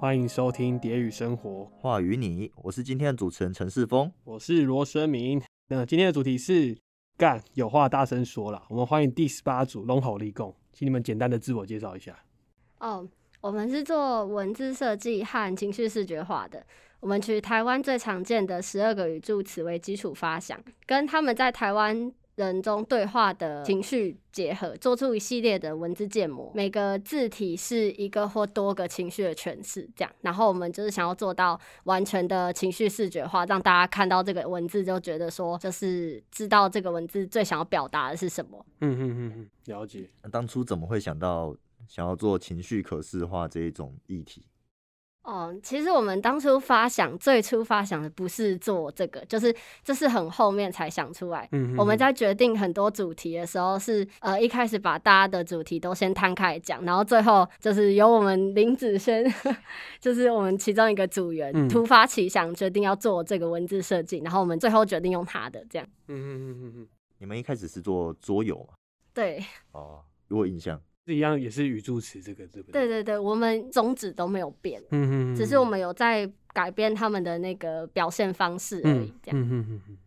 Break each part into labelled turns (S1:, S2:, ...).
S1: 欢迎收听《蝶语生活》，
S2: 话与你，我是今天的主持人陈世峰。
S1: 我是罗生明。那今天的主题是干，有话大声说啦。我们欢迎第十八组龙吼立共，请你们简单的自我介绍一下。
S3: 哦，我们是做文字设计和情绪视觉化的。我们取台湾最常见的十二个语助词为基础发想，跟他们在台湾人中对话的情绪结合，做出一系列的文字建模。每个字体是一个或多个情绪的诠释，这样。然后我们就是想要做到完全的情绪视觉化，让大家看到这个文字就觉得说，就是知道这个文字最想要表达的是什么。
S1: 嗯嗯嗯嗯，了解。
S2: 那当初怎么会想到想要做情绪可视化这一种议题？
S3: 哦，其实我们当初发想，最初发想的不是做这个，就是这是很后面才想出来。
S1: 嗯，
S3: 我们在决定很多主题的时候是，呃一开始把大家的主题都先摊开来讲，然后最后就是由我们林子轩， 就是我们其中一个组员、
S1: 嗯
S3: 突发奇想，决定要做这个文字设计，然后我们最后决定用他的这样。
S1: 嗯嗯嗯嗯，
S2: 你们一开始是做桌游嘛？
S3: 对
S2: 哦，如果印象，
S1: 这一样也是语助词，这个对不
S3: 对
S1: 对，
S3: 对对，我们宗旨都没有变，
S1: 嗯嗯，
S3: 只是我们有在改变他们的那个表现方式而已
S1: 嗯，
S3: 这样。
S1: 嗯嗯嗯嗯。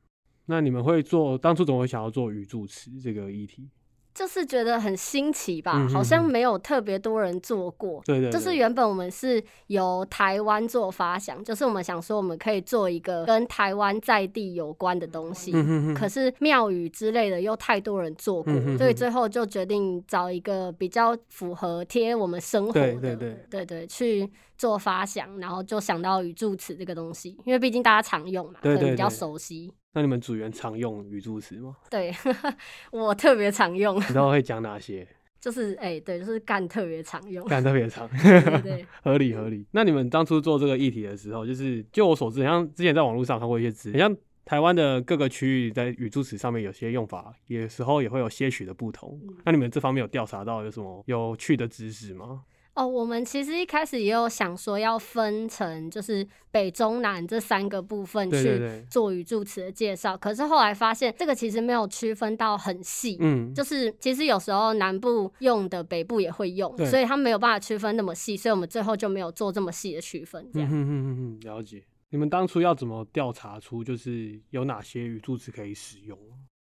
S1: 那你们会做当初怎么会想要做语助词这个议题？
S3: 就是觉得很新奇吧，
S1: 嗯哼
S3: 好像
S1: 哼
S3: 没有特别多人做过。
S1: 对对，
S3: 就是
S1: 对
S3: 原本我们是由台湾做发想，就是我们想说我们可以做一个跟台湾在地有关的东西，
S1: 嗯哼哼
S3: 可是庙宇之类的又太多人做过，
S1: 嗯哼
S3: 所以
S1: 哼
S3: 最后就决定找一个比较符合贴我们生活的，
S1: 对对对
S3: 对对去做发想，然后就想到语助词这个东西，因为毕竟大家常用嘛，
S1: 对
S3: 可能
S1: 对
S3: 比较
S1: 对
S3: 熟悉。
S1: 那你们组员常用语助词吗？
S3: 对， 我特别常用，
S1: 你知道会讲哪 些？
S3: 就是哎、对，就是干特别常用。
S1: 干特别 长。
S3: 对对
S1: 合理合理。那你们当初做这个议题的时候，就是就我所知，好像之前在网络上看过一些资料，好像台湾的各个区域在语助词上面有些用法，有时候也会有些许的不同。那你们这方面有调查到有什么有趣的知识吗？
S3: 哦，我们其实一开始也有想说要分成就是北中南这三个部分
S1: 对对
S3: 去
S1: 对，
S3: 做语助词的介绍，可是后来发现这个其实没有区分到很细。
S1: 嗯，
S3: 就是其实有时候南部用的北部也会用
S1: 对，
S3: 所以它没有办法区分那么细，所以我们最后就没有做这么细的区分。这
S1: 嗯
S3: 样，
S1: 哼哼哼哼，了解。你们当初要怎么调查出就是有哪些语助词可以使用？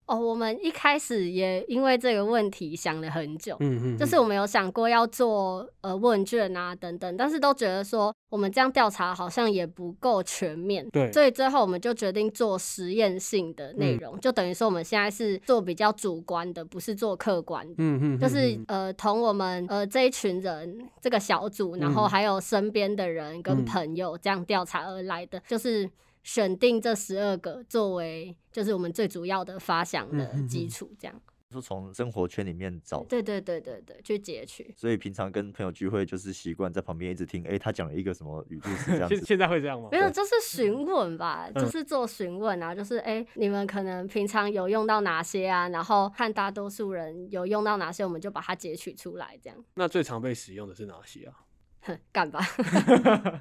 S3: 哦，我们一开始也因为这个问题想了很久，
S1: 嗯哼，
S3: 就是我们有想过要做呃问卷啊等等，但是都觉得说我们这样调查好像也不够全面。
S1: 对嗯
S3: 所以最后我们就决定做实验性的内容，就等于说我们现在是做比较主观的，不是做客观的。
S1: 嗯哼哼哼，
S3: 就是呃，同我们呃这一群人这个小组，然后
S1: 嗯
S3: 还有身边的人
S1: 嗯
S3: 跟朋友这样调查而来的，就是选定这十二个作为，就是我们最主要的发想的
S1: 嗯嗯嗯
S3: 基础，这样。
S2: 说从生活圈里面找，
S3: 对对对对对，去截取。
S2: 所以平常跟朋友聚会就是习惯在旁边一直听，诶，他讲了一个什么 语助词这样
S1: 现
S2: 子，
S1: 现在会这样吗？
S3: 没有，就是询问吧，
S1: 嗯
S3: 就是做询问啊，就是哎、你们可能平常有用到哪些啊？然后看大多数人有用到哪些，我们就把它截取出来，这样
S1: 那最常被使用的是哪些啊？
S3: 哼干吧。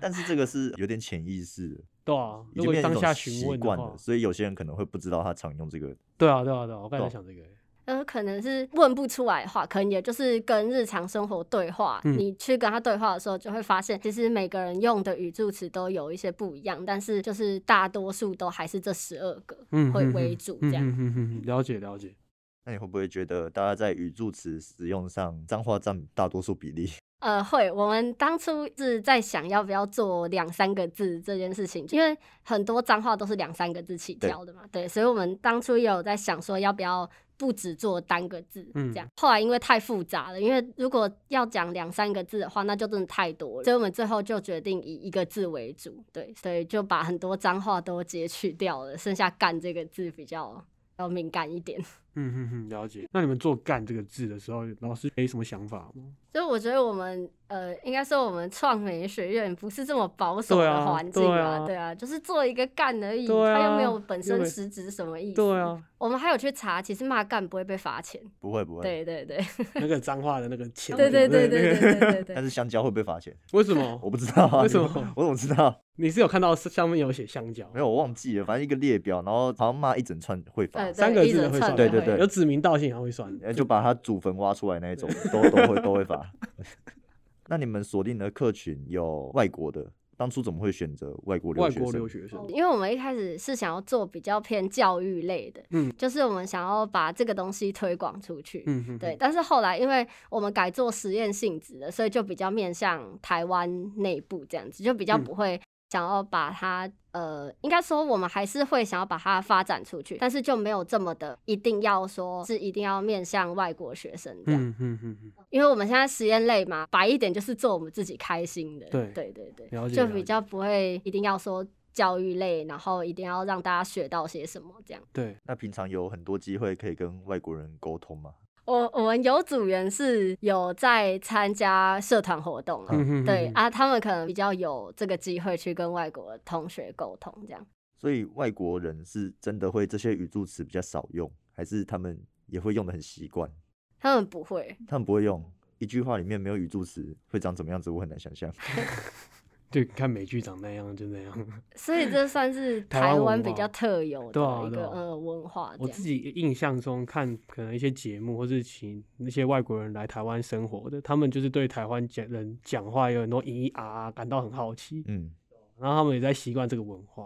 S2: 但是这个是有点潜意识的，
S1: 对啊，
S2: 已
S1: 如
S2: 经
S1: 果
S2: 变成
S1: 当
S2: 一
S1: 下
S2: 种
S1: 询
S2: 习
S1: 问的
S2: 惯
S1: 话
S2: 了，，所以有些人可能会不知道他常用这个。
S1: 对啊，对啊，对啊，我刚才在
S2: 懂
S1: 想这个欸。
S3: 呃，可能是问不出来的话，可能也就是跟日常生活对话。
S1: 嗯
S3: 你去跟他对话的时候，就会发现，其实每个人用的语助词都有一些不一样，但是就是大多数都还是这十二个
S1: 嗯
S3: 会
S1: 哼
S3: 为
S1: 哼
S3: 主，
S1: 嗯
S3: 这样。
S1: 哼哼哼了解了解。
S2: 那你会不会觉得大家在语助词使用上，脏话占大多数比例？
S3: 呃，会，我们当初是在想要不要做两三个字这件事情，因为很多脏话都是两三个字起
S2: 对
S3: 跳的嘛，对，所以我们当初也有在想说要不要不只做单个字
S1: 嗯
S3: 这样。后来因为太复杂了，因为如果要讲两三个字的话，那就真的太多了，所以我们最后就决定以一个字为主，对，所以就把很多脏话都截取掉了，剩下“干”这个字比较要敏感一点。
S1: 嗯哼哼，了解。那你们做“干”这个字的时候，老师没什么想法吗？
S3: 所以我觉得我们呃，应该说我们创美学院不是这么保守
S1: 对啊
S3: 的环境
S1: 对
S3: 啊
S1: 啊，
S3: 对啊，就是做一个干而已，
S1: 对啊
S3: 他又没有本
S1: 又
S3: 身
S1: 没
S3: 实质什么意思。
S1: 对，啊，
S3: 我们还有去查，其实骂干不会被罚钱。
S2: 不会不会，
S3: 对对对
S1: 那个脏话的那个前
S3: 对对
S1: 面
S3: 对对
S1: 那个
S3: 对
S1: 那个
S3: 对对
S2: 但
S3: 对。
S2: 是香蕉会被罚钱，
S1: 为什 么？
S2: 我不知道啊。
S1: 为什么
S2: 你们我怎么知道？
S1: 你是有看到是上面有写香蕉
S2: 没？有，我忘记了，反正一个列表，然后好像骂一整串会罚
S3: 呃，，
S1: 三个
S3: 对一
S1: 字的
S3: 整
S1: 会
S3: 串
S1: 算，
S3: 的
S2: 对对
S3: 会
S2: 对
S1: 有指名道姓还会算。
S2: 呃就把他祖坟挖出来那一种，都都会都会罚。 那你们锁定的客群有外国的，当初怎么会选择外国留
S1: 外
S2: 学
S1: 国
S2: 生？
S1: 留学生
S3: 因为我们一开始是想要做比较偏教育类的，
S1: 嗯
S3: 就是我们想要把这个东西推广出去，
S1: 嗯哼，
S3: 对。但是后来因为我们改做实验性质的，所以就比较面向台湾内部这样子，就比较
S1: 嗯
S3: 不会想要把它。呃，应该说我们还是会想要把它发展出去，但是就没有这么的一定要说是一定要面向外国学生这样，
S1: 嗯哼哼哼，
S3: 因为我们现在实验类嘛，白一点就是做我们自己开心的，
S1: 对
S3: 对对对，
S1: 了解
S3: 就
S1: 了
S3: 比
S1: 解
S3: 较不会一定要说教育类，然后一定要让大家学到些什么这样。
S1: 对，
S2: 那平常有很多机会可以跟外国人沟通吗？
S3: 我我们有组员是有在参加社团活动啊，
S1: 嗯哼
S3: 对
S1: 哼哼
S3: 啊，他们可能比较有这个机会去跟外国同学沟通这样。
S2: 所以外国人是真的会这些语助词比较少用，还是他们也会用的很习惯？
S3: 他们不会，
S2: 他们不会用，一句话里面没有语助词会长怎么样子，我很难想象。
S1: 就看美剧长那样就那样。
S3: 所以这算是
S1: 台湾
S3: 台
S1: 文
S3: 湾比
S1: 化
S3: 较特有
S1: 对啊
S3: 的一
S1: 对
S3: 个
S1: 啊
S3: 呃文化这
S1: 我
S3: 样
S1: 自。己印象中看可能一些节目，或是请那些外国人来台湾生活的，他们就是对台湾讲人讲话有很多咿咿啊啊，感到很好奇，
S2: 嗯，
S1: 然后他们也在习惯这个文化，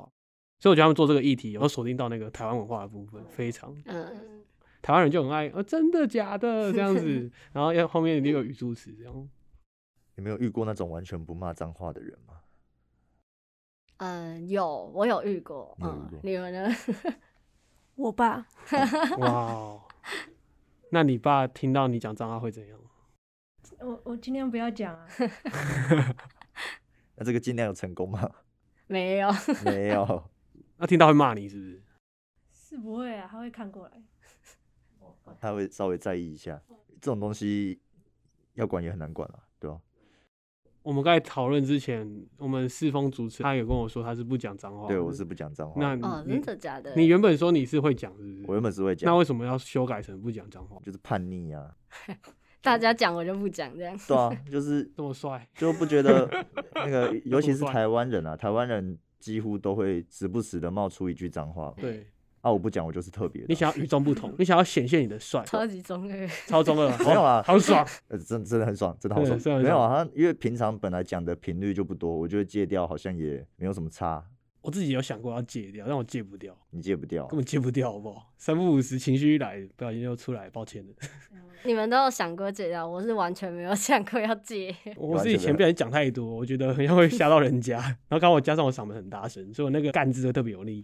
S1: 所以我觉得他们做这个议题，然后锁定到那个台湾文化的部分，非常
S3: 嗯，
S1: 台湾人就很爱，呃，真的假的这样子，然后要后面也有语助词这样。
S2: 你没有遇过那种完全不骂脏话的人吗？
S3: 嗯，有，我有遇过，
S2: 你有遇
S3: 嗯
S2: 过，
S3: 你们呢？
S4: 我爸
S1: 哇哦，那你爸听到你讲脏话会怎样？
S4: 我我尽量不要讲啊，
S2: 那这个尽量有成功吗？
S3: 没有，
S2: 没有。
S1: 那听到会骂你是不是？
S4: 是不会啊，他会看过来。
S2: 他会稍微在意一下。这种东西要管也很难管啊，对吧？
S1: 我们刚才讨论之前，我们世峰主持他有跟我说他是不讲脏话的，
S2: 对我是不讲脏话
S1: 那
S2: 的。
S1: 嗯你
S3: 哦，真的假的？
S1: 你原本说你是会讲，是不是？
S2: 我原本是会讲
S1: 那，为什么要修改成不讲脏话？
S2: 就是叛逆啊，
S3: 大家讲我就不讲这样。
S2: 对啊，就是
S1: 这么帅，
S2: 就不 觉得那个，尤其是
S1: 算
S2: 台湾人啊，台湾人几乎都会时不时的冒出一句脏话。
S1: 对
S2: 啊，我不讲，我就是特别的啊。
S1: 你想要与众不同，你想要显现你的帅，
S3: 超级中二，
S1: 超中二，
S2: 没有
S1: 啊，
S2: 啦
S1: 好爽，
S2: 呃，真真的很爽，真的好爽
S1: 对真的。很
S2: 没有啊，他因为平常本来讲的频率就不多，我觉得戒掉好像也没有什么差，
S1: 我自己有想过要戒掉，但我戒不掉，
S2: 你戒不掉啊
S1: 根。本戒不掉，好不好？三不五时情绪一来，不小心就出来，抱歉 了。
S3: 你们都有想过戒掉，我是完全没有 想过要戒。
S1: 我是以前被人讲太多，我觉得很像会吓到人家， 然后刚好加上我嗓门很大声，所以我那个干字就特别有力。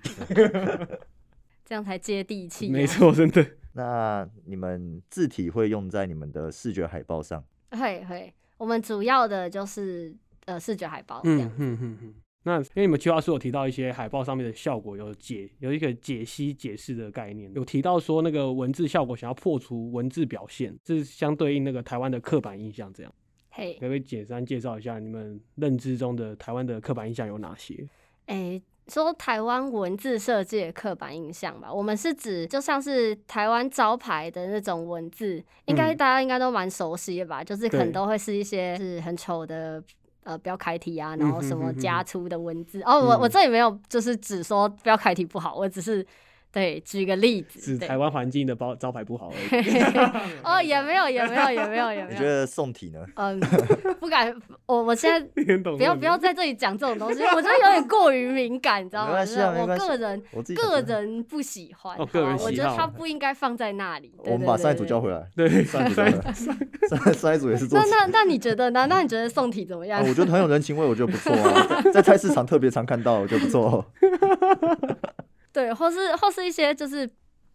S3: 这样才接地气、啊。
S1: 没，错，真的。
S2: 那你们字体会用在你们的视觉海报上，
S3: 会会，我们主要的就是呃视觉海报这样
S1: 嗯。哼哼哼。那因为你们计划书有提到一些海报上面的效果有解有一个解析解释的概念，有提到说那个文字效果想要破除文字表现，这是相对应那个台湾的刻板印象这样。
S3: 嘿
S1: 可，不可以简单介绍一下你们认知中的台湾的刻板印象有哪些？
S3: 诶、说台湾文字设计的刻板印象吧，我们是指就像是台湾招牌的那种文字，应该
S1: 嗯
S3: 大家应该都蛮熟悉的吧？就是可
S1: 对
S3: 能都会是一些是很丑的。呃，标楷体啊，然
S1: 嗯
S3: 后
S1: 哼
S3: 什么
S1: 哼哼
S3: 加粗的文字、哦，我我
S1: 嗯
S3: 这里没有，就是只说标楷体不好，我只是对举个例子，
S1: 指
S3: 对
S1: 台湾环境的包招牌不好而 已。
S3: 哦，也没有，也没有，也没有，也
S2: 你
S3: 没
S2: 觉
S3: 有。
S2: 得宋体呢？
S3: 嗯， 不敢，我我现在
S1: 听懂
S3: 不要
S1: 吗
S3: 不要在这里讲这种东西，我觉得有点过于敏感，你知道
S2: 没
S3: 吗？
S2: 关
S3: 就
S2: 系
S3: 是
S2: 啊没
S3: 我
S2: 关系
S3: 个人
S2: 我自己
S3: 个
S2: 想说
S3: 人不喜欢，
S1: 哦个人
S3: 好吧我
S1: 喜
S3: 觉得
S1: 好
S3: 它不应该放在那里。对
S2: 我们把上一组。
S3: 对对
S2: 叫回来，
S1: 对，
S2: 上一组叫 回来，上上一组也是做
S3: 对
S2: 起。
S3: 那那那你觉得呢？那你觉得宋体怎么
S2: 啊
S3: 样？
S2: 我觉得很有人情味，我觉得不错啊，在在菜市场特别常看到，我觉得不错哦。
S3: 对，或是或是一些就是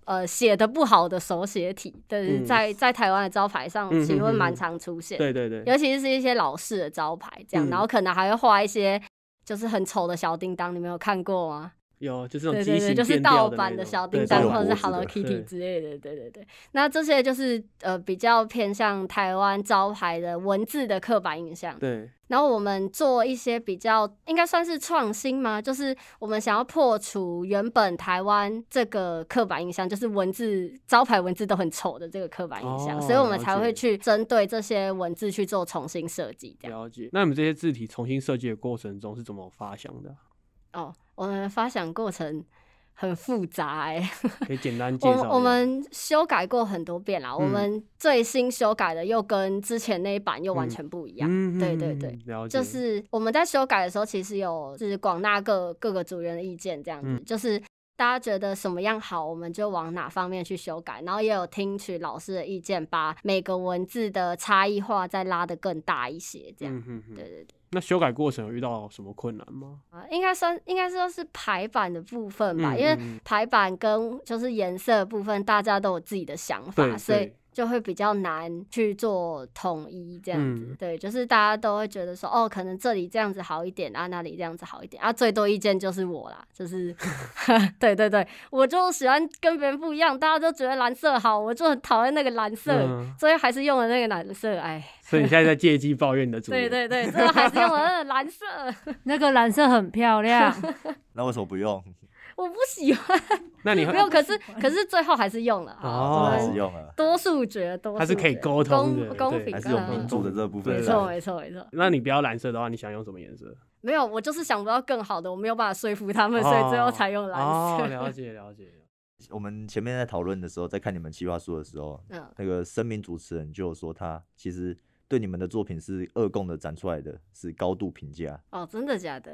S3: 呃写的不好的手写体，但是
S1: 嗯
S3: 在在台湾的招牌上
S1: 嗯
S3: 其实
S1: 哼
S3: 会
S1: 哼
S3: 蛮
S1: 哼
S3: 常出现。
S1: 对对对，
S3: 尤其是一些老式的招牌这样，
S1: 嗯
S3: 然后可能还会画一些就是很丑的小叮当，你们有看过吗？
S1: 有就是那
S3: 对
S1: 种畸
S3: 对对，
S1: 形
S3: 就是
S1: 变调
S3: 盗
S1: 的
S3: 版
S1: 那
S3: 的
S1: 种
S3: 小
S1: 对
S3: 叮
S1: 都
S3: 当
S1: 有
S3: 或者是
S2: 脖子的
S3: Hello Kitty
S1: 对
S3: 之类的，对对对。那这些就是呃比较偏向台湾招牌的文字的刻板印象。
S1: 对，
S3: 然后我们做一些比较，应该算是创新吗？就是我们想要破除原本台湾这个刻板印象，就是文字招牌文字都很丑的这个刻板印象，
S1: 哦
S3: 所以我们
S1: 了
S3: 才
S1: 解
S3: 会去针对这些文字去做重新设计。这样
S1: 了解。那你们这些字体重新设计的过程中是怎么发想的啊？
S3: 哦，我们发想过程很复杂哎、
S1: 可以简单介
S3: 我
S1: 绍一下。
S3: 我们修改过很多遍啦，我
S1: 嗯
S3: 们最新修改的又跟之前那一版又完全不一样。
S1: 嗯
S3: 对对对，
S1: 嗯了解，
S3: 就是我们在修改的时候，其实有就是广纳各各个组员的意见，这样子、
S1: 嗯
S3: 就是大家觉得什么样好，我们就往哪方面去修改，然后也有听取老师的意见，把每个文字的差异化再拉得更大一些，这样。
S1: 嗯哼哼
S3: 对对对，
S1: 那修改过程有遇到什么困难吗？
S3: 啊，应该算应该说是排版的部分吧，
S1: 嗯
S3: 因为
S1: 嗯嗯
S3: 排版跟就是颜色的部分，大家都有自己的想
S1: 对
S3: 法，所以
S1: 对
S3: 就会比较难去做统一这样子。
S1: 嗯
S3: 对，就是大家都会觉得说，哦，可能这里这样子好一点，啊，那里这样子好一点，啊，最多意见就是我啦，就是， 对对对，我就喜欢跟别人不一样，大家都觉得蓝色好，我就很讨厌那个蓝色，
S1: 嗯
S3: 所以还是用了那个蓝色，哎，
S1: 所以你现在在借机抱怨你的主
S3: 对
S1: 人，
S3: 对对，最后还是用了那个蓝色，
S5: 那个蓝色很漂亮，
S2: 那为什么不用？
S3: 我不喜欢，
S1: 那你
S3: 没有，可是可是最后还是用了，好
S1: 哦
S2: 还是用了，
S3: 多数决，多数
S1: 它是可以
S3: 决
S1: 沟通的
S3: 公公
S1: 对
S3: 平
S2: 还是有民主
S3: 嗯
S2: 的这部分啊
S1: 对
S3: 没
S2: 在。
S3: 错，没错，没错。
S1: 那你不要蓝色的话，你想用什么颜色？
S3: 没有，我就是想不到更好的，我没有办法说服他们，所以最后才用蓝
S1: 哦，
S3: 色。
S1: 了解了 解。
S2: 我们前面在讨论的时候，在看你们企划书的时候，
S3: 嗯，
S2: 那个声明主持人就有说他其实对你们的作品是恶共的展出来的，是高度评价。
S3: 哦，真的假的？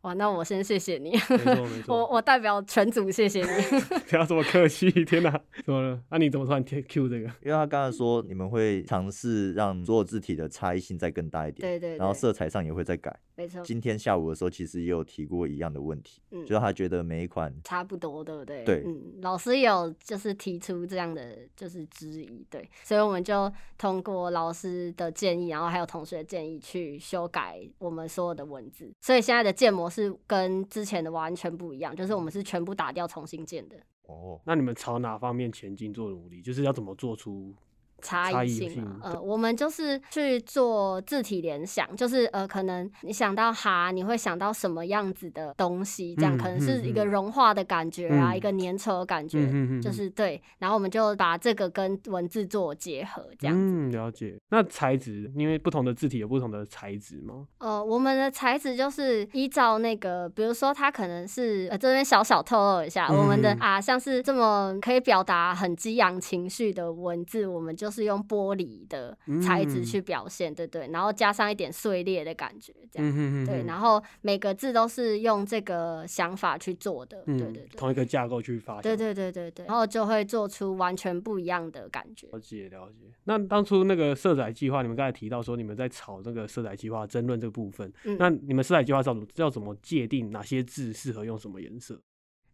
S3: 哇，那我先谢谢你，
S1: 没错没
S3: 我
S1: 错，
S3: 我代表全组谢谢你。
S1: 不要这么客气，天哪，怎么了？那、你怎么突然 Q 这个？
S2: 因为他刚才说你们会尝试让所有字体的差异性再更大一点，
S3: 对对
S2: 然后
S3: 对，
S2: 色彩上也会再改。
S3: 没错，
S2: 今天下午的时候，其实也有提过一样的问题，
S3: 嗯
S2: 就是他觉得每一款
S3: 差不多，对不对？
S2: 对
S3: 嗯，老师也有就是提出这样的就是质疑，对，所以我们就通过老师的建议，然后还有同学的建议去修改我们所有的文字，所以现在的建模是跟之前的完全不一样，就是我们是全部打掉重新建的。
S2: 哦，
S1: 那你们朝哪方面前进做努力？就是要怎么做出？
S3: 差
S1: 差
S3: 异
S1: 异
S3: 性
S1: 性
S3: 嘛，呃，我们就是去做字体联想，就是呃，可能你想到哈，你会想到什么样子的东西？这样、
S1: 嗯
S3: 可能是
S1: 嗯
S3: 一个
S1: 嗯
S3: 融化的感觉啊，
S1: 嗯
S3: 一个粘稠的感觉，
S1: 嗯嗯
S3: 就是对。然后我们就把这个跟文字做结合，这样。
S1: 嗯，了解。那材质，因为不同的字体有不同的材质吗？
S3: 呃，我们的材质就是依照那个，比如说它可能是呃这边小小透露一下，我们的
S1: 嗯
S3: 啊像是这么可以表达很激昂情绪的文字，我们就是用玻璃的材质
S1: 嗯
S3: 去表现，对对，然后加上一点碎裂的感觉，这样。
S1: 嗯哼哼
S3: 对，
S1: 后
S3: 然后每个字都是用这个想法去做的，对对对，
S1: 嗯同一个架构去发想。
S3: 对对对对对，然后就会做出完全不一样的感觉。
S1: 了解了解。那当初那个色彩计划，你们刚才提到说你们在吵那个色彩计划争论这个部分，
S3: 嗯
S1: 那你们色彩计划是要怎么要怎么界定哪些字适合用什么颜色？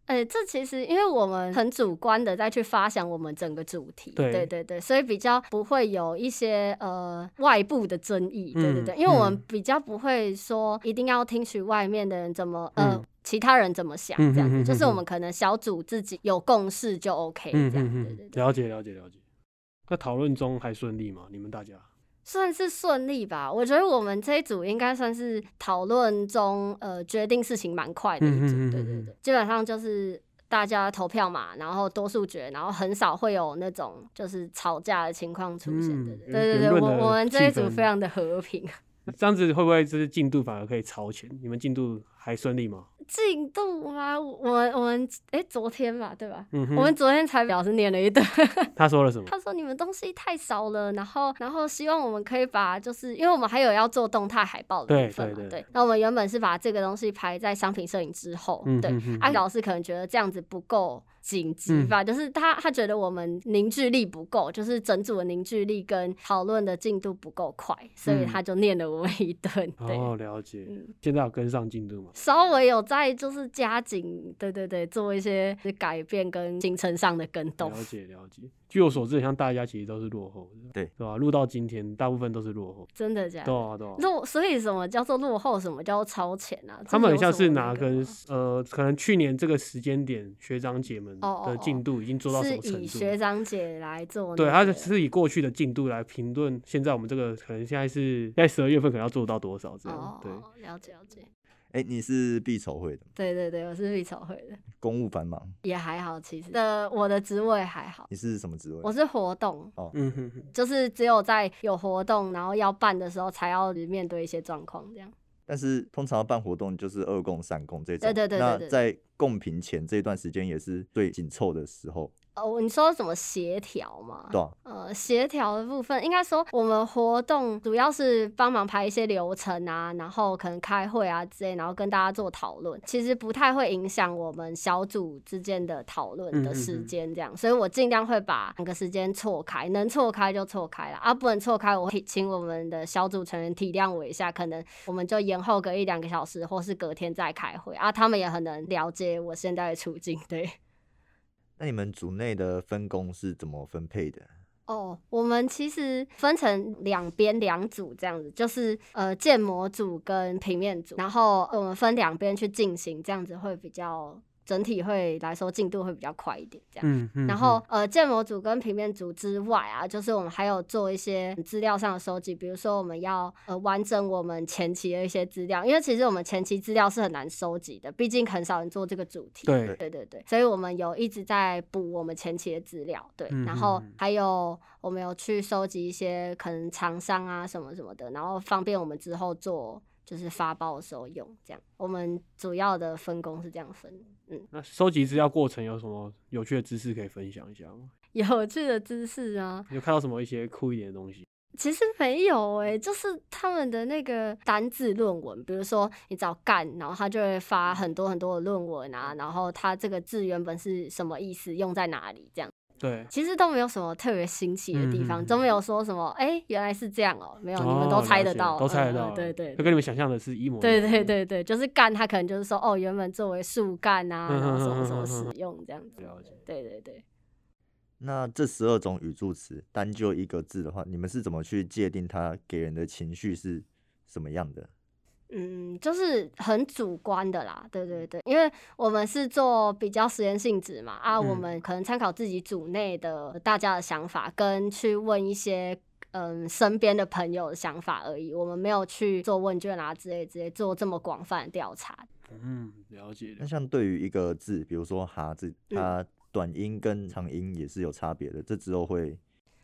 S3: 呃，这其实因为我们很主观的再去发想我们整个主题，
S1: 对
S3: 对对对所以比较不会有一些呃外部的争议，对对
S1: 嗯
S3: 对，因为我
S1: 嗯
S3: 们比较不会说一定要听取外面的人怎么呃。
S1: 嗯
S3: 其他人怎么想
S1: 嗯
S3: 这
S1: 嗯
S3: 样子，
S1: 嗯
S3: 就是我们
S1: 嗯
S3: 可能小组自己有共识就 OK 这样，对对对，
S1: 了解了解了解。那讨论中还顺利吗？你们大家？
S3: 算是顺利吧。我觉得我们这一组应该算是讨论中呃决定事情蛮快的一组，
S1: 嗯嗯嗯嗯
S3: 对对
S1: 嗯
S3: 对，基本上就是大家投票嘛，然后多数决，然后很少会有那种就是吵架的情况出现，
S1: 嗯有
S3: 对对对
S1: 言
S3: 对对，
S1: 论
S3: 我
S1: 的
S3: 我们这一
S1: 气
S3: 组
S1: 氛
S3: 非常的和平，
S1: 这样子会不会就是进度反而可以超前？你们进度还顺利吗？
S3: 进度吗？我们我们哎、昨天吧，对吧？
S1: 嗯哼，
S3: 我们昨天才表示念了一堆，
S1: 他说了什么？
S3: 他说你们东西太少了，然后然后希望我们可以把就是因为我们还有要做动态海报的
S1: 对
S3: 部分嘛，
S1: 对对
S3: 那我们原本是把这个东西排在商品摄影之后，
S1: 嗯
S3: 对
S1: 哼。哼嗯
S3: 啊，老师可能觉得这样子不够紧急吧，就是他他觉得我们凝聚力不够，就是整组的凝聚力跟讨论的进度不够快，所以
S1: 嗯
S3: 他就念了我们一顿，对。
S1: 哦，了解。
S3: 嗯
S1: 现在有跟上进度吗？
S3: 稍微有在就是加紧，对对对，做一些改变跟行程上的跟动。
S1: 了解了解。据我所知，像大家其实都是落后的，
S2: 对
S1: 对吧？录到今天，大部分都是落后。
S3: 真的假的？
S1: 对啊对啊。
S3: 落，所以什么叫做落后，什么叫做超前啊？
S1: 他们很
S3: 这有
S1: 像
S3: 什
S1: 是
S3: 么
S1: 拿
S3: 那
S1: 跟
S3: 个
S1: 呃，可能去年这个时间点，学长姐们
S3: 哦哦
S1: 的
S3: 哦
S1: 进度已经做到什么
S3: 是
S1: 程
S3: 以
S1: 度？
S3: 学长姐来做那个、
S1: 对，他是以过去的进度来评论现在我们这个可能现在是现在十二月份可能要做到多少这样，
S3: 哦，
S1: 对，
S3: 了解了解，
S2: 哎、你是必筹会的，
S3: 对对对，我是必筹会的，
S2: 公务繁忙，
S3: 也还好，其实的我的职位还好，
S2: 你是什么职位
S3: 我？是活动，
S1: 嗯哼哼，
S3: 就是只有在有活动然后要办的时候才要面对一些状况这样。
S2: 但是通常办活动就是二供、三供这种。
S3: 对对对对对
S2: 那在共评前这段时间也是最紧凑的时候，
S3: 哦，你说怎么协调吗？
S2: 对、啊，
S3: 呃，协调的部分，应该说我们活动主要是帮忙排一些流程啊，然后可能开会啊之类，然后跟大家做讨论，其实不太会影响我们小组之间的讨论的时间这样，所以我尽量会把两个时间错开，能错开就错开了啊，不能错开，我会请我们的小组成员体谅我一下，可能我们就延后个一两个小时，或是隔天再开会啊，他们也很能了解我现在的处境，对。
S2: 那你们组内的分工是怎么分配的？
S3: 哦，我们其实分成两边两组这样子，就是呃建模组跟平面组，然后呃我们分两边去进行，这样子会比较整体会来说进度会比较快一点这样。
S1: 嗯嗯
S3: 然后呃，建模组跟平面组之外啊，就是我们还有做一些资料上的收集，比如说我们要呃完整我们前期的一些资料，因为其实我们前期资料是很难收集的，毕竟很少人做这个主题。
S1: 对
S3: 对对对，所以我们有一直在补我们前期的资料，对，
S1: 嗯
S3: 然后
S1: 嗯
S3: 还有我们有去收集一些可能厂商啊什么什么的，然后方便我们之后做。就是发包的时候用，这样我们主要的分工是这样分的。
S1: 那收集资料过程有什么有趣的知识可以分享一下吗？
S3: 有趣的知识啊，
S1: 有看到什么一些酷一点的东西？
S3: 其实没有诶、就是他们的那个单字论文，比如说你找干，然后他就会发很多很多的论文啊，然后他这个字原本是什么意思，用在哪里这样，
S1: 对，
S3: 其实都没有什么特别新奇的地方，
S1: 嗯
S3: 都没有说什么哎、诶原来是这样哦、没有，你们
S1: 哦
S3: 都猜
S1: 了
S3: 得
S1: 解
S3: 到，
S1: 都猜得
S3: 嗯
S1: 到
S3: 嗯
S1: 了，
S3: 对对
S1: 就跟你们想象的是一模一
S3: 对
S1: 样
S3: 对，对对，就是干，他可能就是说哦，原本作为树干啊，
S1: 嗯
S3: 然后什
S1: 嗯
S3: 么
S1: 嗯
S3: 什么
S1: 嗯
S3: 使
S1: 嗯
S3: 用这样子，
S1: 了解。
S3: 对对对。
S2: 那这十二种语助词，单就一个字的话，你们是怎么去界定它给人的情绪是什么样的？
S3: 嗯，就是很主观的啦，对对对，因为我们是做比较实验性质嘛，啊，我
S1: 嗯
S3: 们可能参考自己组内的大家的想法，跟去问一些嗯身边的朋友的想法而已，我们没有去做问卷啊之类之类做这么广泛的调查。
S1: 嗯，了解
S2: 那
S1: 了。
S2: 像对于一个字，比如说“哈”字，
S3: 嗯
S2: 它短音跟长音也是有差别的，这之后会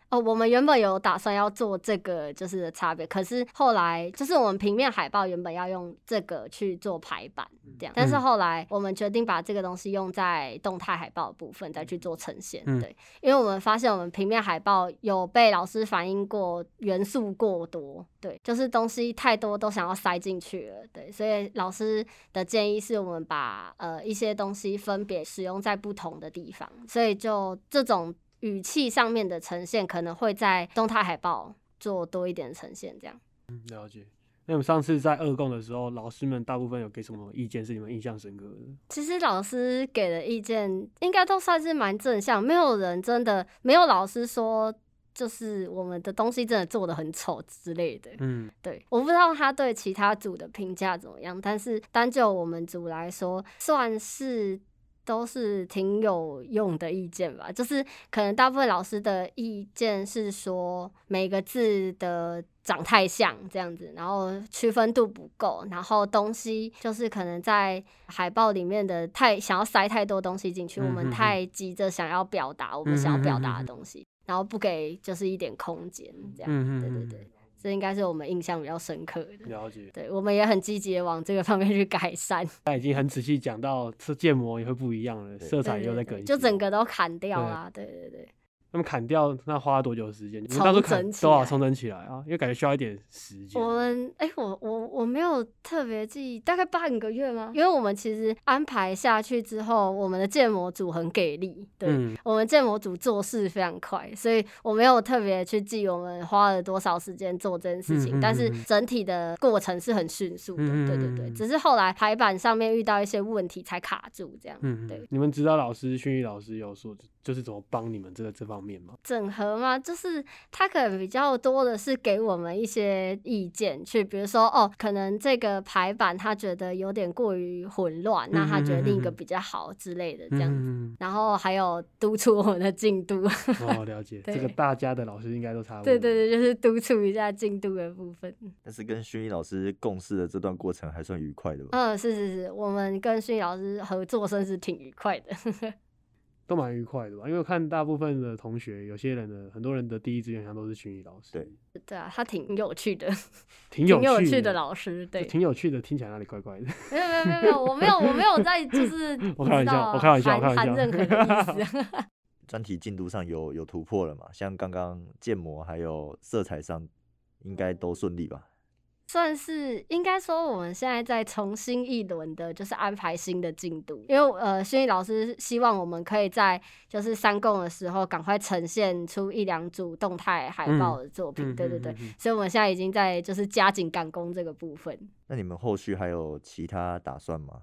S3: 哦，我们原本有打算要做这个就是差别，可是后来就是我们平面海报原本要用这个去做排版这样，但是
S1: 嗯
S3: 后来我们决定把这个东西用在动态海报的部分再去做呈现，
S1: 嗯
S3: 对，因为我们发现我们平面海报有被老师反映过元素过多，对，就是东西太多都想要塞进去了，对，所以老师的建议是我们把呃一些东西分别使用在不同的地方，所以就这种语气上面的呈现可能会在动态海报做多一点的呈现，这样。
S1: 嗯，了解。那你们上次在二供的时候，老师们大部分有给什么意见是你们印象深刻的？
S3: 其实老师给的意见应该都算是蛮正向，没有人真的没有老师说就是我们的东西真的做的很丑之类的。
S1: 嗯，
S3: 对，我不知道他对其他组的评价怎么样，但是单就我们组来说，算是都是挺有用的意见吧。就是可能大部分老师的意见是说每个字的长太像这样子，然后区分度不够，然后东西就是可能在海报里面的太想要塞太多东西进去，我
S1: 嗯
S3: 们
S1: 嗯嗯
S3: 太急着想要表达我们想要表达的东西，然后不给就是一点空间这样。
S1: 嗯嗯
S3: 对对
S1: 嗯
S3: 对，这应该是我们印象比较深刻的。
S1: 了解。
S3: 对，我们也很积极的往这个方面去改善，
S1: 他已经很仔细讲到，这建模也会不一样了，
S2: 对
S1: 色彩
S3: 对
S1: 也有
S3: 对
S1: 在
S3: 对
S1: 更新，
S3: 就整个都砍掉
S1: 对
S3: 啦。对对对，
S1: 那么砍掉，那花了多久的时间？你们当初
S3: 重整
S1: 砍
S3: 起
S1: 多少
S3: 来
S1: 重整起来啊？因为感觉需要一点时间。
S3: 我们哎、我我我没有特别记，大概半个月吗？因为我们其实安排下去之后，我们的建模组很给力，对。
S1: 嗯
S3: 我们建模组做事非常快，所以我没有特别去记我们花了多少时间做这件事
S1: 嗯
S3: 情，
S1: 嗯
S3: 但是
S1: 嗯嗯
S3: 整体的过程是很迅速的，
S1: 嗯嗯
S3: 对
S1: 嗯
S3: 对对，
S1: 嗯
S3: 只是后来排版上面遇到一些问题才卡住这样。
S1: 嗯，
S3: 对
S1: 嗯你们指导老师、训育老师有说，就是怎么帮你们这个这方面吗？
S3: 整合吗？就是他可能比较多的是给我们一些意见，去比如说哦，可能这个排版他觉得有点过于混乱，那他觉得另一个比较好之类的这样子。
S1: 嗯，
S3: 然后还有督促我们的进度，
S1: 哦，了解，这个
S3: 对
S1: 大家的老师应该都差不多。
S3: 对对对，就是督促一下进度的部分。
S2: 但是跟薰衣老师共事的这段过程还算
S3: 嗯
S2: 愉快的吧？
S3: 嗯，是是是，我们跟训老师合作算是挺愉快的。
S1: 都蛮愉快的吧？因为我看大部分的同学，有些人的很多人的第一志愿好像都是群艺老师，
S2: 对，
S3: 对啊，他挺有趣的，
S1: 挺
S3: 挺
S1: 有
S3: 有
S1: 趣
S3: 的老师，对，
S1: 挺有趣的，听起来哪里怪怪的？
S3: 没有没有没有没有，我没有我没有在就是
S1: 我开玩笑我开玩笑我开玩
S3: 含
S1: 笑
S3: 任何的意思，啊
S2: 专题进度上有有突破了嘛？像刚刚建模还有色彩上，应该都顺利吧？
S3: 算是应该说我们现在在重新一轮的，就是安排新的进度，因为呃，薰逸老师希望我们可以在就是三共的时候赶快呈现出一两组动态海报的作品，
S1: 嗯
S3: 对对对，
S1: 嗯嗯嗯
S3: 所以我们现在已经在就是加紧赶工这个部分，
S2: 那你们后续还有其他打算吗？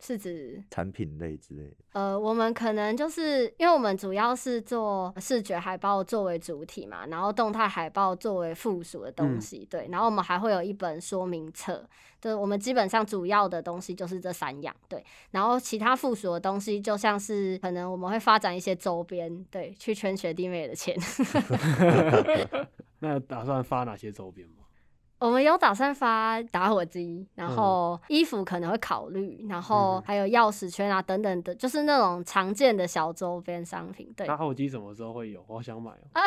S3: 是指
S2: 产品类之类的？
S3: 呃，我们可能就是因为我们主要是做视觉海报作为主体嘛，然后动态海报作为附属的东
S1: 嗯
S3: 西，对，然后我们还会有一本说明册，就是我们基本上主要的东西就是这三样，对，然后其他附属的东西就像是可能我们会发展一些周边，对，去圈学弟妹的钱，
S1: 那有打算发哪些周边吗？
S3: 我们有打算发打火机，然
S1: 嗯
S3: 后衣服可能会考虑，然后
S1: 嗯
S3: 还有钥匙圈啊等等的，就是那种常见的小周边商品，对，
S1: 打火机什么时候会有？我好想买哦、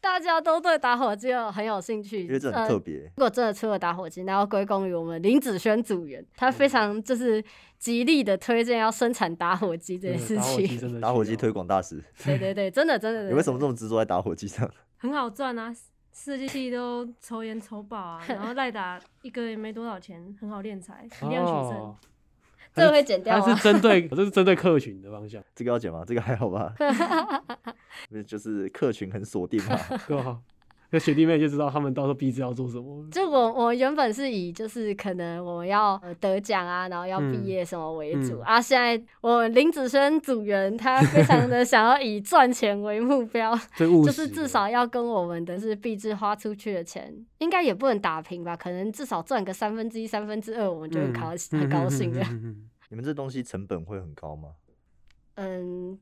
S3: 大家都对打火机有很有兴趣，
S2: 因为这很
S3: 呃
S2: 特别，
S3: 如果真的出了打火机，那要归功于我们林子轩组员，他非
S2: 嗯
S3: 常就是极力的推荐要生产打火机这
S1: 真的
S3: 件事
S1: 打火机
S3: 情。
S1: 真的需要
S2: 嗯打火机推广大使，
S3: 对对对，真的真的。
S2: 你为什么这
S3: 么？
S2: 么执着在打火机上？
S4: 很好赚啊！设计系都抽烟抽饱啊，然后赖打一个也没多少钱，很好练财，很量取胜。
S1: 哦，
S3: 这个会剪掉啊
S1: 它
S3: 吗
S1: 是？针对这是针对客群的方向，
S2: 这个要剪吗？这个还好 吧？那就是客群很锁定 嘛。
S1: 对吧？那学弟妹就知道他们到时候毕制要做什么。
S3: 就我我原本是以就是可能我们要呃得奖啊，然后要毕
S1: 嗯
S3: 业什么为主、
S1: 嗯
S3: 啊。现在我们林子轩组员他非常的想要以赚钱为目标，
S1: 最务实
S3: 就
S1: 的，
S3: 是至少要跟我们的是币制花出去的钱，应该也不能打平吧？可能至少赚个三分之一、三分之二，我们就很高很高兴的
S1: 的。。嗯嗯嗯嗯嗯嗯
S2: 你们这东西成本会很高吗？
S3: 嗯，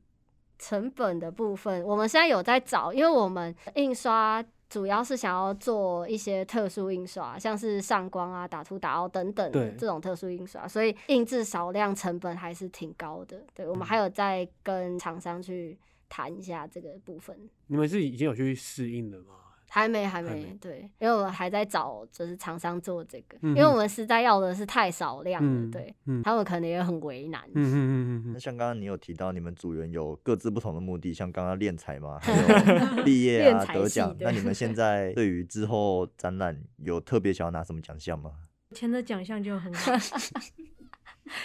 S3: 成本的部分，我们现在有在找，因为我们印刷主要是想要做一些特殊印刷，像是上光啊、打凸、打凹等等的
S1: 对
S3: 这种特殊印刷，所以印制少量成本还是挺高的。对我
S1: 嗯
S3: 们还有在跟厂商去谈一下这个部分。
S1: 你们是已经有去适应了吗？
S3: 还没，还没，
S1: 没
S3: 对，因为我们还在找，就是厂商做这个，
S1: 嗯哼
S3: 因为我们实在要的是太少量了，
S1: 嗯
S3: 对，
S1: 嗯
S3: 他们可能也很为难。
S1: 嗯嗯嗯嗯
S2: 那
S1: 嗯，
S2: 像刚刚你有提到，你们组员有各自不同的目的，像刚刚练财嘛，还 有毕业
S3: 练
S2: 啊、
S3: 财
S2: 得
S3: 系
S2: 奖。
S3: 对
S2: 那你们现在对于之后展览有特别想要拿什么奖项吗？
S4: 以前的奖项就 很好，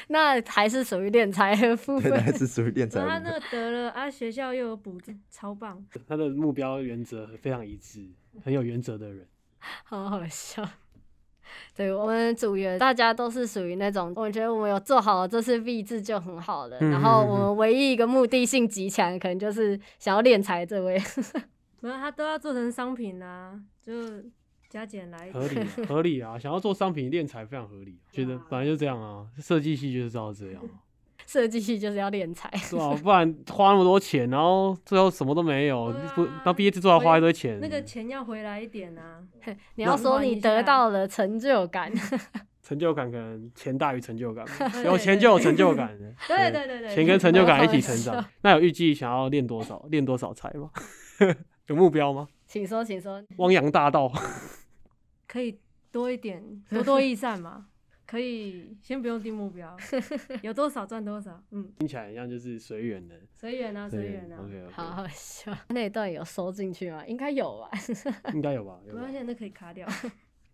S3: 那还是属于敛财的部
S2: 对，那还
S3: 分。
S2: 是属于练财
S4: 然后他
S2: 的部分。
S4: 那个得了啊，学校又有补助，超棒。
S1: 他的目标原则非常一致，很有原则的人。
S3: 好好笑。对我们组员，大家都是属于那种，我觉得我们有做好这次币制就很好了。
S1: 嗯
S3: 然后
S1: 嗯嗯
S3: 我们唯一一个目的性极强，可能就是想要敛财这位。
S4: 然后他都要做成商品啊，就加减来。
S1: 合理、啊、合理啊！ 想要做商品敛财非常合理、啊觉得本来就这样啊，设计系就是要这样啊，
S3: 设计系就是要敛财，
S1: 对啊，不然花那么多钱，然后最后什么都没有，
S4: 对啊
S1: 不到毕业制作还花一堆钱，
S4: 那个钱要回来一点啊，
S3: 你要说你得到了成就感，
S1: 成就感可能钱大于成就感嘛，
S4: 对
S1: 有钱就有成就感，
S4: 对对对对，
S1: 钱跟成就感一起成
S3: 我
S1: 长。那有预计想要练多少，练多少财吗？ 有目标吗？
S3: 请说，请说。
S1: 汪洋大 盗，
S4: 可以多一点，多多益善嘛。可以先不用定目 标，有多少赚多少，嗯，
S1: 听起来很像就是随缘的，
S4: 随缘啊，随缘啊。
S1: OK OK，
S3: 好好笑， 那一段有收进去吗？应该有吧。
S1: 应该有吧？有
S4: 没
S1: 吧
S4: 关系，那可以卡掉。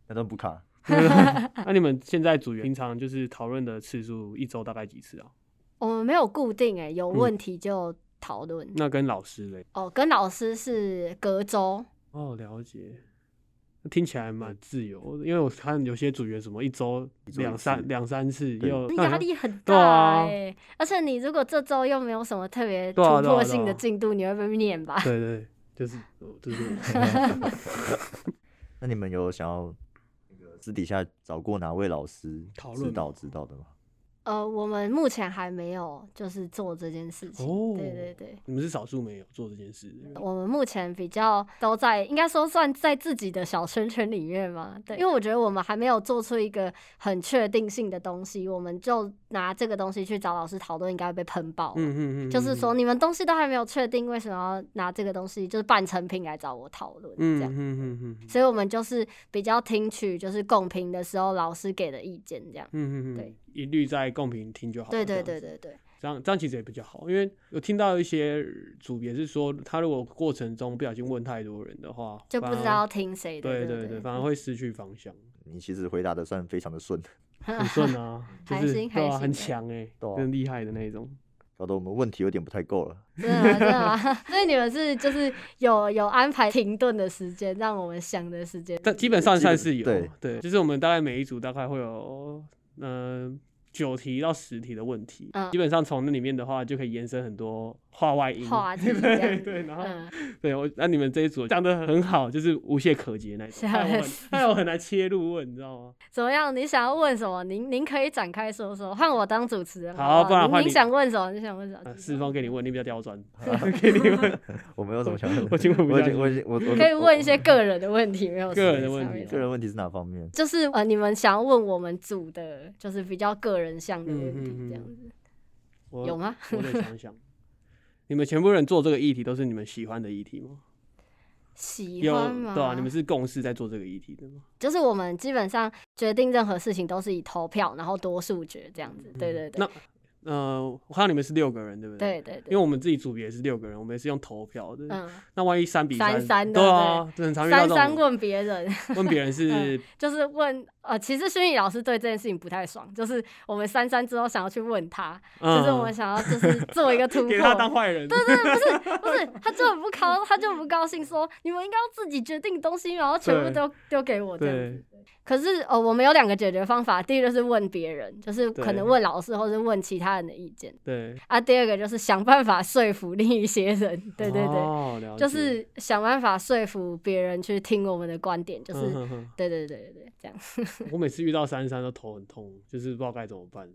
S2: 那都不卡，
S1: 那你们现在组员平常就是讨论的次数一周大概几次啊？
S3: 我们没有固定哎、有问题就讨论。
S1: 那跟老师嘞？
S3: 哦，跟老师是隔周，
S1: 哦，了解。那听起来蛮自由的，因为我看有些组员什么一周
S2: 周一
S1: 两
S2: 次
S1: 三两三次，也
S2: 对
S1: 有那好
S3: 那压
S1: 像
S3: 力很
S1: 对
S3: 大
S1: 啊
S3: 哎、而且你如果这周又没有什么特别突
S1: 对啊对啊
S3: 破
S1: 对
S3: 性的
S1: 啊
S3: 进度，你会被念吧？
S1: 对对， 就是我哦就是我
S2: 那你们有想要那个私底下找过哪位老师
S1: 讨论
S2: 指
S1: 吗
S2: 导指导的吗？
S3: 呃，我们目前还没有就是做这件事情。
S1: 哦
S3: 对对哦对，
S1: 你们是少数没有做这件事的人。
S3: 我们目前比较都在，应该说算在自己的小圈圈里面嘛。对，因为我觉得我们还没有做出一个很确定性的东西，我们就拿这个东西去找老师讨论，应该会被喷爆。
S1: 嗯嗯嗯，
S3: 就是
S1: 嗯
S3: 说，，你们东西都还没有确定，为什么要拿这个东西就是半成品来找我讨论？
S1: 嗯
S3: 这样，
S1: 嗯嗯嗯
S3: 所以我们就是比较听取就是共评的时候老师给的意见这样。
S1: 嗯嗯嗯
S3: 对，
S1: 一律在公平听就好了。
S3: 对
S1: 这
S3: 对
S1: 样
S3: 对
S1: 子，
S3: 对对，
S1: 这样这样其实也比较好，因为有听到一些组别是说，他如果过程中不小心问太多人的话，
S3: 就不
S1: 反
S3: 知
S1: 而
S3: 道。听谁的。
S1: 对
S3: 对
S1: 对对，反而会失去方 向。
S2: 你其实回答的算非常的顺，
S1: 很顺啊，就
S3: 还
S1: 是对
S3: 行还
S1: 啊，很
S3: 行
S1: 强哎，
S2: 对啊
S1: 很厉害的那种。
S2: 搞得我们问题有点不太够 了。
S1: 啊
S3: 真的吗真的吗？ 所以你们是就是有有安排停顿的时间，让我们想的时间。
S1: 但基本上
S2: 基本
S1: 算是有，
S2: 对
S1: 就是我们大概每一组大概会有呃九题到十题的问题，
S3: 嗯
S1: 基本上从那里面的话就可以延伸很多话外音。
S3: 话题 这
S1: 对
S3: 样
S1: 对，然后、
S3: 嗯，
S1: 对我那你们这一组讲的很好，就是无懈可击的那种，
S3: 吓
S1: 害我很
S3: 死
S1: 害我很难切入问，你知道吗？
S3: 怎么样？你想要问什么？您您可以展开说说，换我当主持人
S1: 好
S3: 好不
S1: 不然
S3: 您
S1: 换
S3: 您
S1: 你
S3: 想问什么？你想问什么
S1: 呃，？四方给你问，你比较刁钻，
S3: 啊
S1: 给你 问
S2: 我没有什么想问
S1: 我已经问不
S2: 我已
S1: 下
S2: 经
S1: 去
S2: 我已经我我
S3: 可以问一
S2: 我
S3: 些个人的问题，没有
S1: 个人的问
S3: 上
S1: 题
S3: 面
S2: 个人问题是哪方面？
S3: 就是呃，你们想要问我们组的，就是比较个人向的问
S1: 嗯
S3: 题，
S1: 嗯嗯
S3: 这样子、
S1: 我
S3: 有吗？
S1: 我得想想，你们全部人做这个议题都是你们喜欢的议题吗？
S3: 喜
S1: 有
S3: 欢吗？
S1: 对啊，你们是共识在做这个议题的吗？
S3: 就是我们基本上决定任何事情都是以投票，然后多数决这样子。对对对，
S1: 嗯那呃，我看到你们是六个人，对不对？
S3: 对对
S1: 因为
S3: 对，
S1: 我们自己组别也是六个人，我们也是用投票的。
S3: 嗯，
S1: 那万一三比
S3: 三三的
S1: 对啊，很常遇到
S3: 三
S1: 这
S3: 三嗯
S1: 种
S3: 问别人，
S1: 问别人是
S3: 就是问呃，其实薰逸老师对这件事情不太爽，就是我们三三之后想要去问他，
S1: 嗯
S3: 就是我们想要就是做一个突破， 嗯
S1: 给他 当坏人，对对
S3: 不是，他就很不高，他就很不高兴说，你们应该要自己决定东西，然后全部
S1: 对
S3: 都丢给我这样子。可是哦，我们有两个解决方法，第一个就是问别人，就是可
S1: 对
S3: 能问老师或是问其他人的意见
S1: 对
S3: 啊；第二个就是想办法说服另一些人，对对对，
S1: 哦了解
S3: 就是想办法说服别人去听我们的观点，就是、
S1: 嗯哼 哼
S3: 对对对对对，这样
S1: 我每次遇到三三都头很痛，就是不知道该怎么办。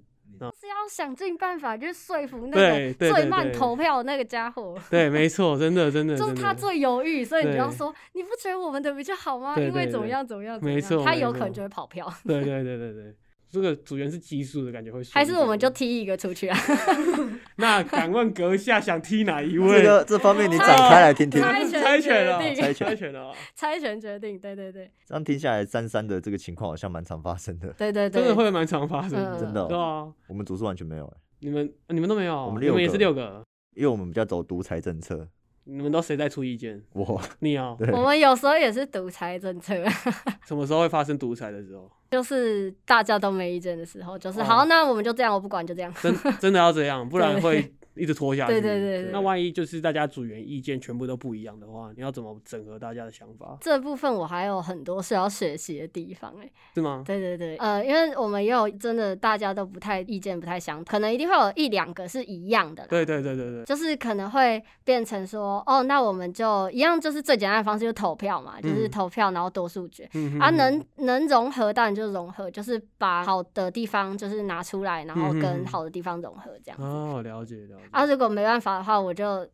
S3: 是要想尽办法去说服那
S1: 对
S3: 个
S1: 对对
S3: 最慢
S1: 对
S3: 投票的那个家伙。
S1: 对，没错，真的真的
S3: 就是
S1: 真的
S3: 他最犹豫，所以你就要
S1: 对
S3: 说，你不觉得我们的比较好吗？
S1: 对
S3: 因为
S1: 对
S3: 怎么
S1: 对
S3: 样怎么样，怎
S1: 没
S3: 么样
S1: 错
S3: 他
S1: 没
S3: 有可能
S1: 错
S3: 就会跑票，
S1: 对对对对对，这个组员是奇数的感觉会顺
S3: 还
S1: 一
S3: 是
S1: 点哦
S3: 我们就踢一个出去啊？
S1: 那敢问阁下想踢哪一
S2: 这
S1: 位？
S2: 个这方面你展开来听听。
S3: 猜拳
S1: 猜拳了，
S3: 决定
S1: 猜拳猜拳哦 了，
S3: 猜拳决定，对对对
S2: 这样听下来，三三的这个情况好像蛮常发生的，
S3: 对对
S1: 真的
S3: 对，
S1: 会蛮常发生的，
S3: 嗯
S2: 真的哦、
S1: 对啊。
S2: 我们组是完全没有、欸，
S1: 你们你们都没有，
S2: 我们
S1: 你
S2: 六
S1: 们也
S2: 个
S1: 是六个，
S2: 因为我们比较走独裁政策。
S1: 你们都谁在出意见？
S2: 我
S1: 你啊、
S2: 对
S3: 我们有时候也是独裁政策，
S1: 什么时候会发生独裁的时候？
S3: 就是大家都没意见的时候，就是
S1: 哦
S3: 好，那我们就这样，我不管，就这样。
S1: 真真的要这样，不然会一直拖下去。
S3: 对对对对
S1: 那万一就是大家组员意见全部都不一样的话，你要怎么整合大家的想法？
S3: 这部分我还有很多是要学习的地方哎、
S1: 是吗？
S3: 对对对，呃，因为我们也有真的大家都不太意见不太相同，可能一定会有一两个是一样的啦。
S1: 对对对对对，
S3: 就是可能会变成说，哦，那我们就一样，就是最简单的方式就是投票嘛，就是投票然后多数决。
S1: 嗯
S3: 啊，能能融合当然就融合，就是把好的地方就是拿出来，然后
S1: 嗯嗯
S3: 跟
S1: 嗯
S3: 好的地方融合这样子。
S1: 哦，了解了解。
S3: 啊，如果没办法的话，我就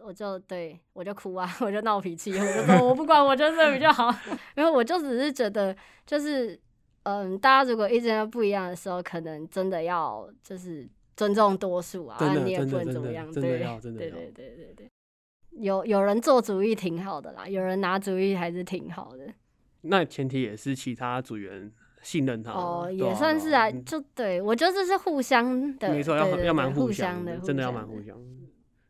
S3: 我就对我就哭啊， 我就闹脾气，我就说我不管，我就这比 较好。 然后我就只是觉得，就是嗯，大家如果意见都不一样的时候，可能真的要就是尊重多数啊，
S1: 真的
S3: 你也
S1: 真
S3: 不
S1: 的
S3: 能怎么
S1: 真的
S3: 样，
S1: 真的
S3: 对
S1: 要真的
S3: 对
S1: 要
S3: 对对对对。有有人做主意挺好的啦，有人拿主意还是挺好的。
S1: 那前提也是其他组员信任他
S3: 哦，
S1: 对
S3: 也算是啊，
S1: 对
S3: 就对我觉得这是互相的，
S1: 没错，
S3: 对
S1: 要
S3: 对
S1: 要蛮
S3: 对
S1: 互
S3: 互相
S1: 的，
S3: 的，
S1: 真的要蛮
S3: 相
S1: 互相的。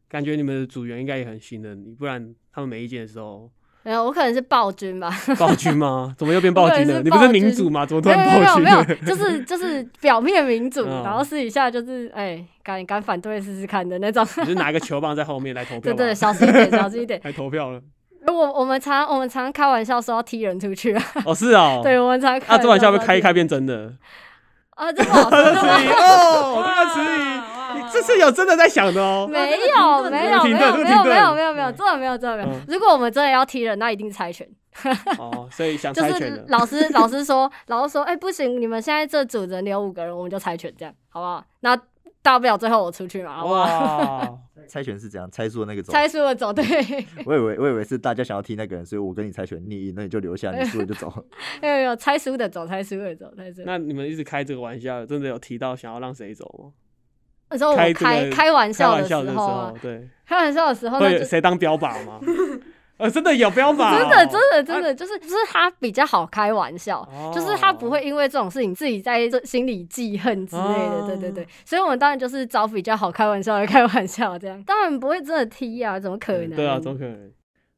S1: 感觉你们的组员应该也很信任你，不然他们没意见的时候
S3: 没有，我可能是暴君吧，
S1: 暴君吗？怎么又变暴
S3: 我也
S1: 君了？
S3: 是
S1: 你不
S3: 暴
S1: 是民
S3: 君
S1: 主吗？怎么突
S3: 没有
S1: 然
S3: 没
S1: 暴
S3: 有
S1: 君
S3: 没
S1: 了？
S3: 有，就是就是表面民主，
S1: 嗯
S3: 然后私底下就是哎，敢敢反对试试看的那种。
S1: 你就拿一个球棒在后面来投票
S3: 对
S1: 吧，
S3: 对，小心 一点，小心一点。
S1: 来投票了。
S3: 我我们常我们常开玩笑说要踢人出去啊，
S1: 哦，是哦，
S3: 对，我们常开
S1: 啊，这玩笑
S3: 说
S1: 被
S3: 要
S1: 开一
S3: 踢
S1: 开变真的。
S3: 啊，这不好说，这不 好
S1: 哎哦，这个词
S4: 啊哇
S1: 语，你这是有真的在想的哦。
S3: 没有没有没有
S1: 停
S3: 没
S1: 顿
S3: 有
S1: 这个
S3: 没有
S1: 停
S3: 没
S1: 顿
S3: 有没有没有，真的没有真的没有
S1: 嗯。
S3: 如果我们真的要踢人，那一定猜拳。
S1: 哦，所以想
S3: 就
S1: 猜拳
S3: 是
S1: 的，
S3: 老师老师说，老师说，哎、不行，你们现在这组人有五个人，我们就猜拳这样，好不好？那大不了最后我出去嘛，好不好？
S1: 哇，
S2: 猜拳是怎样？猜输的那个走。
S3: 猜输了走，对，
S2: 我以为我以为是大家想要踢那个人，所以我跟你猜拳，你赢了你就留下，你输了就走。
S3: 没有没有，猜输的走，猜输的走，猜输。
S1: 那你们一直开这个玩笑，真的有提到想要让谁走吗？
S3: 那时候我
S1: 开
S3: 们
S1: 这
S3: 开
S1: 个
S3: 开玩
S1: 开
S3: 笑的
S1: 玩
S3: 时
S1: 笑的时
S3: 候啊
S1: 候，，对，
S3: 开玩笑的时候，那
S1: 会
S3: 就
S1: 有谁当标靶 吗？呃，真的有标靶哦，
S3: 真的，真的，真的，就是就是他比较好开玩笑，
S1: 哦
S3: 就是他不会因为这种事情自己在这心里记恨之类的，
S1: 哦
S3: 对对对。所以我们当然就是找比较好开玩笑的开玩笑，这样当然不会真的踢啊，怎么可能？
S1: 对啊，怎么可能？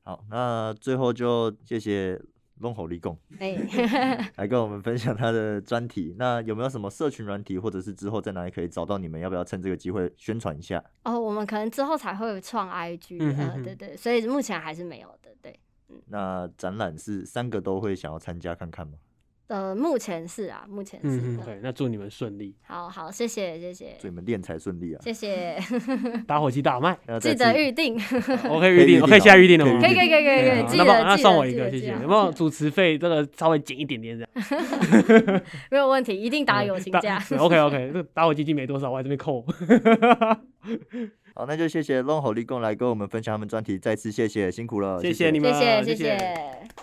S2: 好，那最后就谢谢龙吼立贡
S3: 哎，
S2: 来跟我们分享他的专题。那有没有什么社群软体，或者是之后在哪里可以找到你们？要不要趁这个机会宣传一下？
S3: 哦，我们可能之后才会创 IG，
S1: 嗯哼
S3: 呃，
S1: 哼
S3: 对对，所以目前还是没有的，对。
S2: 那展览是三个都会想要参加看看吗？
S3: 呃，目前是啊，目前是。
S1: 嗯嗯，
S3: 呃
S1: 对，那祝你们顺利，
S3: 好好，谢谢谢谢
S2: 祝你们练财顺利啊！
S3: 谢谢，
S1: 打火机大 卖
S2: 那再
S3: 记
S2: 次
S3: 得预定，
S1: 我可以
S2: 可
S1: 预
S2: 以预
S1: 定，我可以
S2: 定哦
S1: 现在预定了
S2: 可以
S1: 吗？
S2: 预
S3: 可以
S2: 定
S3: 可以可以可
S1: 对
S3: 以
S1: 啊
S3: 可以，记
S1: 嗯那
S3: 得
S1: 帮那
S3: 记
S1: 算
S3: 得
S1: 我一
S3: 记
S1: 个，
S3: 得
S1: 谢
S3: 记
S1: 谢。
S3: 得
S1: 有没有主持费？这个稍微减一点点这样。
S3: 没有问题，一定打友情价。
S1: 嗯 OK OK，这打火机已经没多少，我还这边扣。
S2: 好，那就谢谢龙吼立贡来跟我们分享他们专题，再次谢谢，辛苦了，
S1: 谢谢你们
S3: 谢谢
S1: 谢
S3: 谢
S1: 谢
S3: 谢。